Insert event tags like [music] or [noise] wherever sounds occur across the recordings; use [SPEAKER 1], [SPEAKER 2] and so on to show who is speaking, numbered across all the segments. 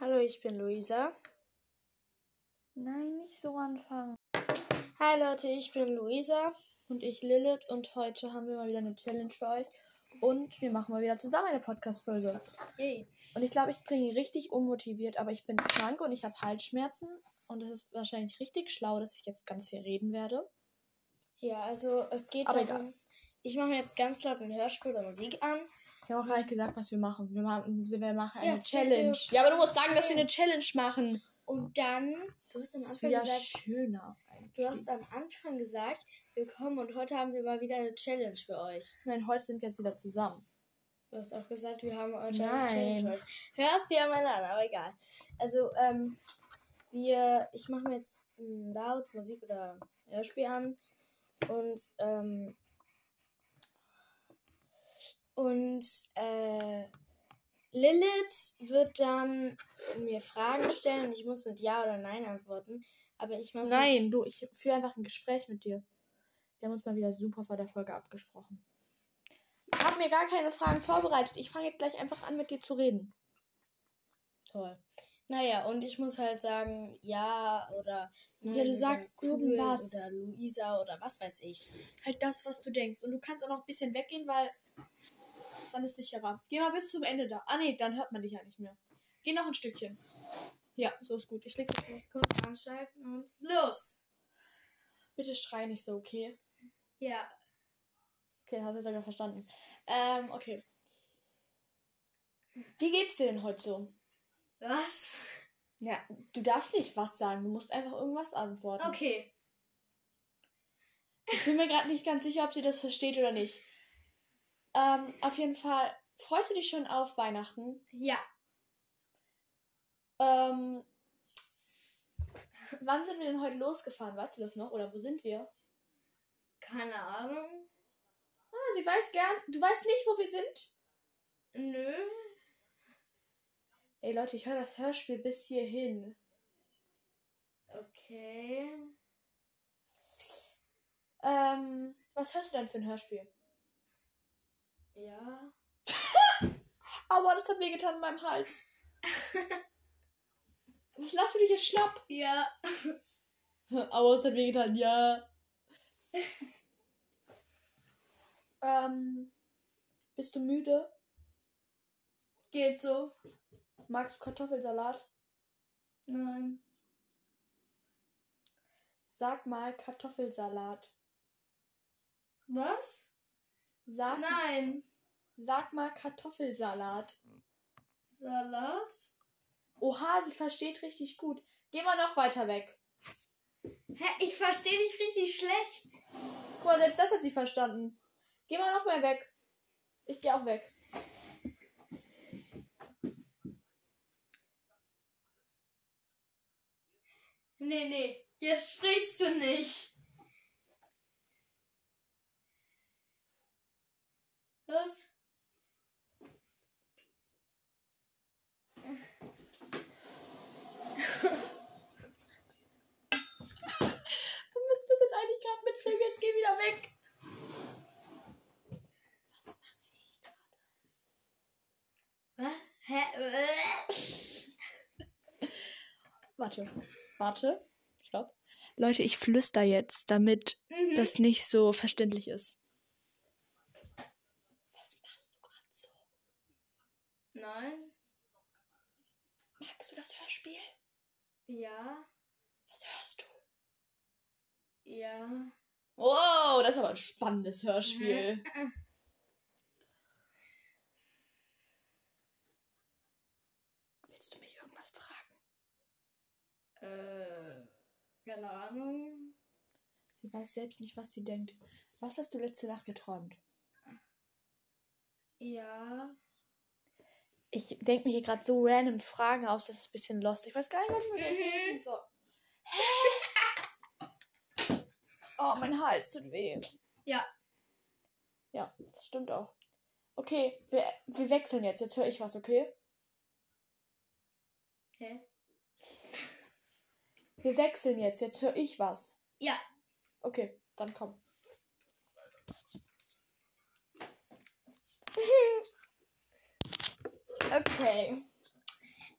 [SPEAKER 1] Hallo, ich bin Luisa.
[SPEAKER 2] Nein, nicht so anfangen.
[SPEAKER 1] Hi Leute, ich bin Luisa.
[SPEAKER 2] Und ich Lilith und heute haben wir mal wieder eine Challenge für euch. Und wir machen mal wieder zusammen eine Podcast-Folge.
[SPEAKER 1] Yay.
[SPEAKER 2] Und ich glaube, ich klinge richtig unmotiviert, aber ich bin krank und ich habe Halsschmerzen. Und es ist wahrscheinlich richtig schlau, dass ich jetzt ganz viel reden werde.
[SPEAKER 1] Ja, also es geht
[SPEAKER 2] Aber
[SPEAKER 1] darum. Ich mache mir jetzt ganz laut ein Hörspiel oder Musik an.
[SPEAKER 2] Wir haben auch gar nicht gesagt, was wir machen. Wir machen, wir machen
[SPEAKER 1] Ja,
[SPEAKER 2] eine
[SPEAKER 1] das ist
[SPEAKER 2] Challenge.
[SPEAKER 1] ja-
[SPEAKER 2] Ja, aber du musst sagen, dass wir eine Challenge machen.
[SPEAKER 1] Und dann. Du hast am
[SPEAKER 2] Das ist
[SPEAKER 1] Anfang
[SPEAKER 2] wieder
[SPEAKER 1] gesagt.
[SPEAKER 2] schöner.
[SPEAKER 1] Du hast am Anfang gesagt, willkommen und heute haben wir mal wieder eine Challenge für euch.
[SPEAKER 2] Nein, heute sind wir jetzt wieder zusammen.
[SPEAKER 1] Du hast auch gesagt, wir haben heute eine
[SPEAKER 2] Nein.
[SPEAKER 1] Challenge für euch. Hörst dir mal an, aber egal. Also, ähm, wir. Ich mache mir jetzt ähm, laut Musik oder Hörspiel an. Und, ähm. Und, äh. Lilith wird dann mir Fragen stellen und ich muss mit Ja oder Nein antworten. Aber ich muss.
[SPEAKER 2] Nein, du, ich führe einfach ein Gespräch mit dir. Wir haben uns mal wieder super vor der Folge abgesprochen. Ich habe mir gar keine Fragen vorbereitet. Ich fange jetzt gleich einfach an, mit dir zu reden.
[SPEAKER 1] Toll. Naja, und ich muss halt sagen, ja oder nein.
[SPEAKER 2] Ja, du
[SPEAKER 1] oder
[SPEAKER 2] sagst irgendwas.
[SPEAKER 1] Oder Luisa oder was weiß ich.
[SPEAKER 2] Halt das, was du denkst. Und du kannst auch noch ein bisschen weggehen, weil dann ist sicherer. Geh mal bis zum Ende da. Ah nee, dann hört man dich ja nicht mehr. Geh noch ein Stückchen. Ja, so ist gut. Ich leg
[SPEAKER 1] Ich muss kurz anschalten und los!
[SPEAKER 2] Bitte schrei nicht so, okay?
[SPEAKER 1] Ja,
[SPEAKER 2] Okay, hast du sogar verstanden. Ähm, okay. Wie geht's dir denn heute so?
[SPEAKER 1] was?
[SPEAKER 2] Ja, du darfst nicht was sagen, du musst einfach irgendwas antworten.
[SPEAKER 1] Okay.
[SPEAKER 2] Ich bin mir gerade nicht ganz sicher, ob sie das versteht oder nicht. Ähm, auf jeden Fall, freust du dich schon auf Weihnachten?
[SPEAKER 1] Ja.
[SPEAKER 2] Ähm, wann sind wir denn heute losgefahren? Weißt du das noch? Oder wo sind wir?
[SPEAKER 1] Keine Ahnung.
[SPEAKER 2] Ah, sie weiß gern. Du weißt nicht, wo wir sind?
[SPEAKER 1] Nö.
[SPEAKER 2] Ey Leute, ich höre das Hörspiel bis hierhin.
[SPEAKER 1] Okay.
[SPEAKER 2] Ähm, was hörst du denn für ein Hörspiel?
[SPEAKER 1] Ja.
[SPEAKER 2] Aua, das hat wehgetan in meinem Hals. was lachst du dich jetzt schlapp?
[SPEAKER 1] Ja.
[SPEAKER 2] [laughs] Aber es hat wehgetan, ja. [laughs] ähm, bist du müde?
[SPEAKER 1] Geht so.
[SPEAKER 2] Magst du Kartoffelsalat?
[SPEAKER 1] Nein.
[SPEAKER 2] Sag mal Kartoffelsalat.
[SPEAKER 1] Was?
[SPEAKER 2] Sag,
[SPEAKER 1] Nein.
[SPEAKER 2] sag mal Kartoffelsalat.
[SPEAKER 1] Salat?
[SPEAKER 2] Oha, sie versteht richtig gut. Geh mal noch weiter weg.
[SPEAKER 1] Hä, ich verstehe dich richtig schlecht.
[SPEAKER 2] Guck mal, selbst das hat sie verstanden. Geh mal noch mehr weg. Ich geh auch weg.
[SPEAKER 1] Nee, nee. Jetzt sprichst du nicht. Was?
[SPEAKER 2] Du müsstest das jetzt eigentlich gerade mitkriegen. Jetzt geh wieder weg.
[SPEAKER 1] Was? Hä? Äh?
[SPEAKER 2] Warte. Warte. Stopp. Hm. Leute, ich flüster jetzt, damit
[SPEAKER 1] Mhm.
[SPEAKER 2] das nicht so verständlich ist. Was machst du gerade so?
[SPEAKER 1] Nein.
[SPEAKER 2] Magst du das Hörspiel?
[SPEAKER 1] Ja.
[SPEAKER 2] Was hörst du?
[SPEAKER 1] Ja.
[SPEAKER 2] Wow, das ist aber ein spannendes Hörspiel. Willst du mich irgendwas fragen?
[SPEAKER 1] Äh. Keine Ahnung.
[SPEAKER 2] Sie weiß selbst nicht, was sie denkt. Was hast du letzte Nacht geträumt?
[SPEAKER 1] Ja.
[SPEAKER 2] Ich denke mir hier gerade so random Fragen aus, das ist ein bisschen lost. Ich weiß gar nicht, was ich
[SPEAKER 1] Mhm.
[SPEAKER 2] So. [laughs] Oh, mein Hals tut weh.
[SPEAKER 1] Ja.
[SPEAKER 2] Ja, das stimmt auch. Okay, wir, wir wechseln jetzt. Jetzt höre ich was, okay?
[SPEAKER 1] Hä?
[SPEAKER 2] Wir wechseln jetzt. Jetzt höre ich was.
[SPEAKER 1] Ja.
[SPEAKER 2] Okay, dann komm.
[SPEAKER 1] Okay.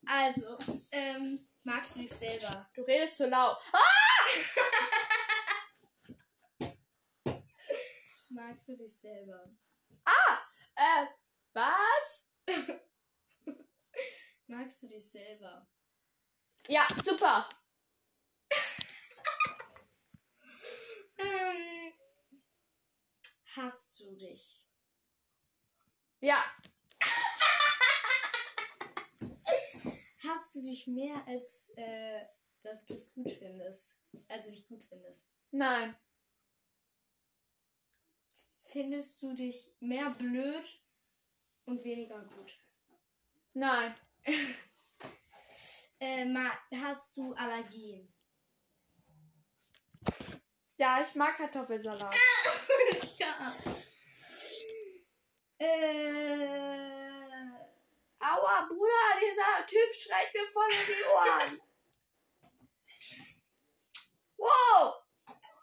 [SPEAKER 1] Also, ähm, magst du dich selber?
[SPEAKER 2] Du redest zu laut.
[SPEAKER 1] Magst du dich selber?
[SPEAKER 2] Äh, was?
[SPEAKER 1] Magst du dich selber?
[SPEAKER 2] Ja, super.
[SPEAKER 1] Ähm, hast du dich?
[SPEAKER 2] Ja,
[SPEAKER 1] Hast du dich mehr als, äh, dass du es gut findest? Also dich gut findest.
[SPEAKER 2] nein.
[SPEAKER 1] Findest du dich mehr blöd und weniger gut?
[SPEAKER 2] Nein.
[SPEAKER 1] Äh, ma- hast du Allergien?
[SPEAKER 2] Ja, ich mag Kartoffelsalat.
[SPEAKER 1] ja. Äh,
[SPEAKER 2] Aua, Bruder, dieser Typ schreit mir voll in die [laughs] Ohren. wow!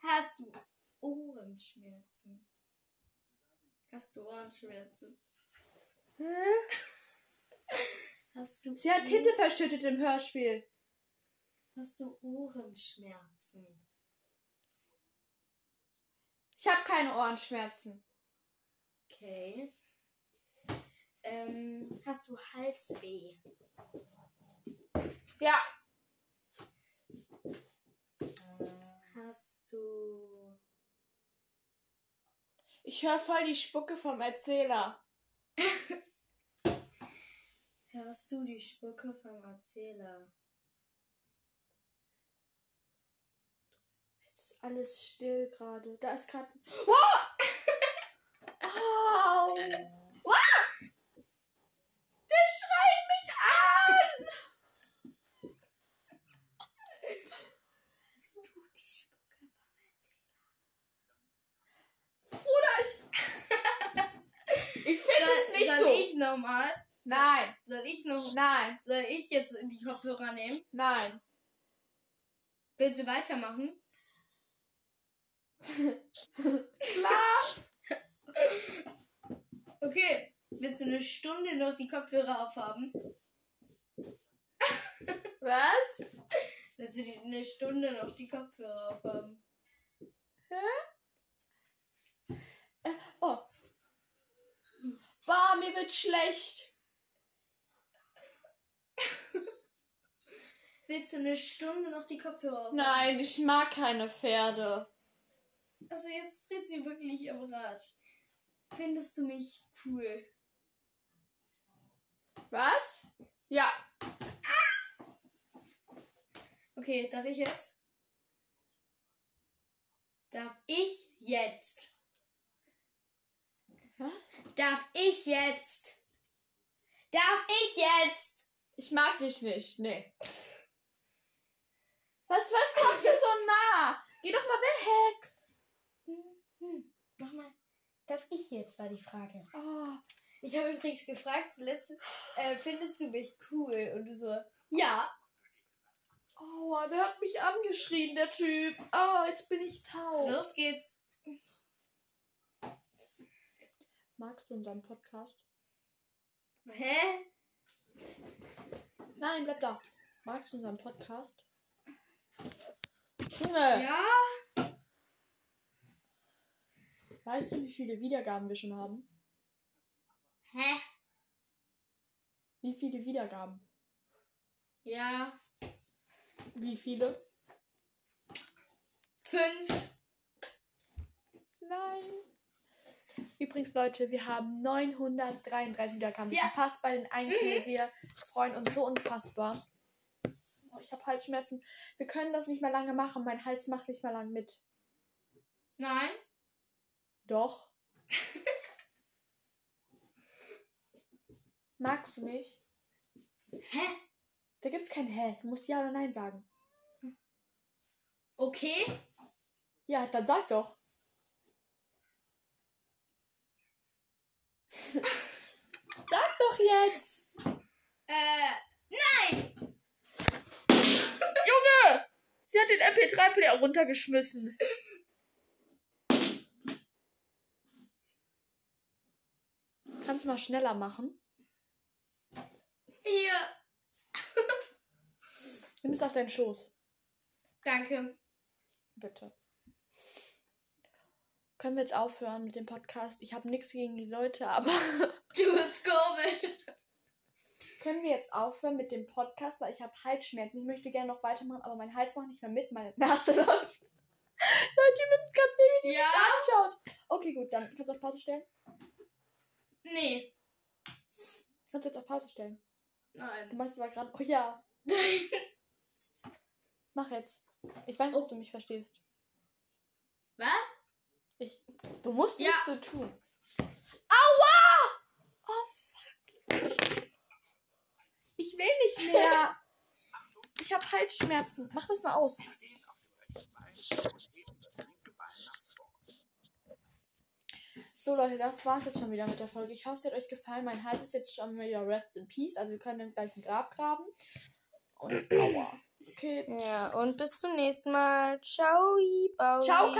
[SPEAKER 1] hast du Ohrenschmerzen? Hast du Ohrenschmerzen?
[SPEAKER 2] Hm?
[SPEAKER 1] Hast du
[SPEAKER 2] Sie hat
[SPEAKER 1] Ohren-
[SPEAKER 2] Tinte verschüttet im Hörspiel.
[SPEAKER 1] Hast du Ohrenschmerzen?
[SPEAKER 2] Ich habe keine Ohrenschmerzen.
[SPEAKER 1] Okay. Ähm, hast du Halsweh?
[SPEAKER 2] Ja,
[SPEAKER 1] Hast du.
[SPEAKER 2] ich höre voll die Spucke vom Erzähler.
[SPEAKER 1] Hörst du die Spucke vom Erzähler?
[SPEAKER 2] Es ist alles still gerade. Da ist gerade. Wow! Au! Wow! Der schreit mich an!
[SPEAKER 1] Hörst du die Spucke vom Erzähler?
[SPEAKER 2] Bruder, [laughs] ich. Ich finde es
[SPEAKER 1] Soll,
[SPEAKER 2] nicht
[SPEAKER 1] soll
[SPEAKER 2] so.
[SPEAKER 1] ich nochmal?
[SPEAKER 2] Nein,
[SPEAKER 1] Soll ich noch.
[SPEAKER 2] nein,
[SPEAKER 1] Soll ich jetzt die Kopfhörer nehmen?
[SPEAKER 2] nein.
[SPEAKER 1] Willst du weitermachen?
[SPEAKER 2] Klar!
[SPEAKER 1] [laughs] Okay. Willst du eine Stunde noch die Kopfhörer aufhaben?
[SPEAKER 2] Was?
[SPEAKER 1] Willst du die, eine Stunde noch die Kopfhörer aufhaben?
[SPEAKER 2] Oh. Bah, mir wird schlecht.
[SPEAKER 1] Willst du eine Stunde noch die Kopfhörer aufhaben?
[SPEAKER 2] Nein, ich mag keine Pferde.
[SPEAKER 1] Also jetzt dreht sie wirklich am Rad. Findest du mich cool?
[SPEAKER 2] Was? Ja.
[SPEAKER 1] Okay, darf ich jetzt? Darf ich jetzt?
[SPEAKER 2] Hä?
[SPEAKER 1] Darf ich jetzt? Darf ich jetzt?
[SPEAKER 2] Ich mag dich nicht, nee. Was, was kommt denn so nah? Geh doch mal weg.
[SPEAKER 1] Hm, mach mal. Darf ich jetzt, war die Frage.
[SPEAKER 2] Oh,
[SPEAKER 1] Ich habe übrigens gefragt zuletzt, äh, findest du mich cool? Und du so, ja.
[SPEAKER 2] aua, Oh, der hat mich angeschrien, der Typ. Oh, jetzt bin ich taub.
[SPEAKER 1] Los geht's.
[SPEAKER 2] Magst du unseren Podcast?
[SPEAKER 1] Hä?
[SPEAKER 2] Nein, bleib da. Magst du unseren Podcast? Junge,
[SPEAKER 1] Ja?
[SPEAKER 2] weißt du, wie viele Wiedergaben wir schon haben?
[SPEAKER 1] Hä?
[SPEAKER 2] Wie viele Wiedergaben?
[SPEAKER 1] Ja.
[SPEAKER 2] Wie viele?
[SPEAKER 1] Fünf.
[SPEAKER 2] Nein. Übrigens, Leute, wir haben 933 Wiedergaben.
[SPEAKER 1] Ja.
[SPEAKER 2] Ja. Fast bei den 1 die Wir freuen uns so unfassbar. Oh, ich habe Halsschmerzen. Wir können das nicht mehr lange machen. Mein Hals macht nicht mehr lang mit.
[SPEAKER 1] Nein.
[SPEAKER 2] Doch. Magst du mich?
[SPEAKER 1] Hä?
[SPEAKER 2] Da gibt's kein Hä. Du musst Ja oder Nein sagen.
[SPEAKER 1] Okay.
[SPEAKER 2] Ja, dann sag [laughs] doch. sag doch jetzt.
[SPEAKER 1] Äh,
[SPEAKER 2] Sie hat den MP3-Player runtergeschmissen. Kannst du mal schneller machen?
[SPEAKER 1] hier.
[SPEAKER 2] Nimm es auf deinen Schoß.
[SPEAKER 3] Danke.
[SPEAKER 2] Bitte. Können wir jetzt aufhören mit dem Podcast? Ich habe nichts gegen die Leute, aber [laughs]
[SPEAKER 3] Du bist komisch.
[SPEAKER 2] können wir jetzt aufhören mit dem Podcast, weil ich habe Halsschmerzen. Ich möchte gerne noch weitermachen, aber mein Hals macht nicht mehr mit, meine Nase [laughs] läuft. Leute, ihr müsst es ganz sehen, wie die
[SPEAKER 3] Ja?
[SPEAKER 2] anschaut. Okay, gut, dann kannst du auf Pause stellen.
[SPEAKER 3] Nee.
[SPEAKER 2] Kannst du jetzt auf Pause stellen. Du
[SPEAKER 3] Nein.
[SPEAKER 2] meinst, du war gerade. Oh ja, [laughs] mach jetzt. Ich weiß, dass du mich verstehst.
[SPEAKER 3] Was?
[SPEAKER 2] Ich. Du musst
[SPEAKER 3] Ja.
[SPEAKER 2] nichts so tun. Aua! Oh fuck. Ich will nicht [laughs] mehr. ich habe Halsschmerzen. Mach das mal aus. So Leute, das war's jetzt schon wieder mit der Folge. Ich hoffe, es hat euch gefallen. Mein Hals ist jetzt schon wieder Rest in Peace. Also wir können dann gleich ein Grab graben. Und aua. Okay.
[SPEAKER 1] Ja, und bis zum nächsten Mal. Ciao, Ibau.
[SPEAKER 2] Ciao,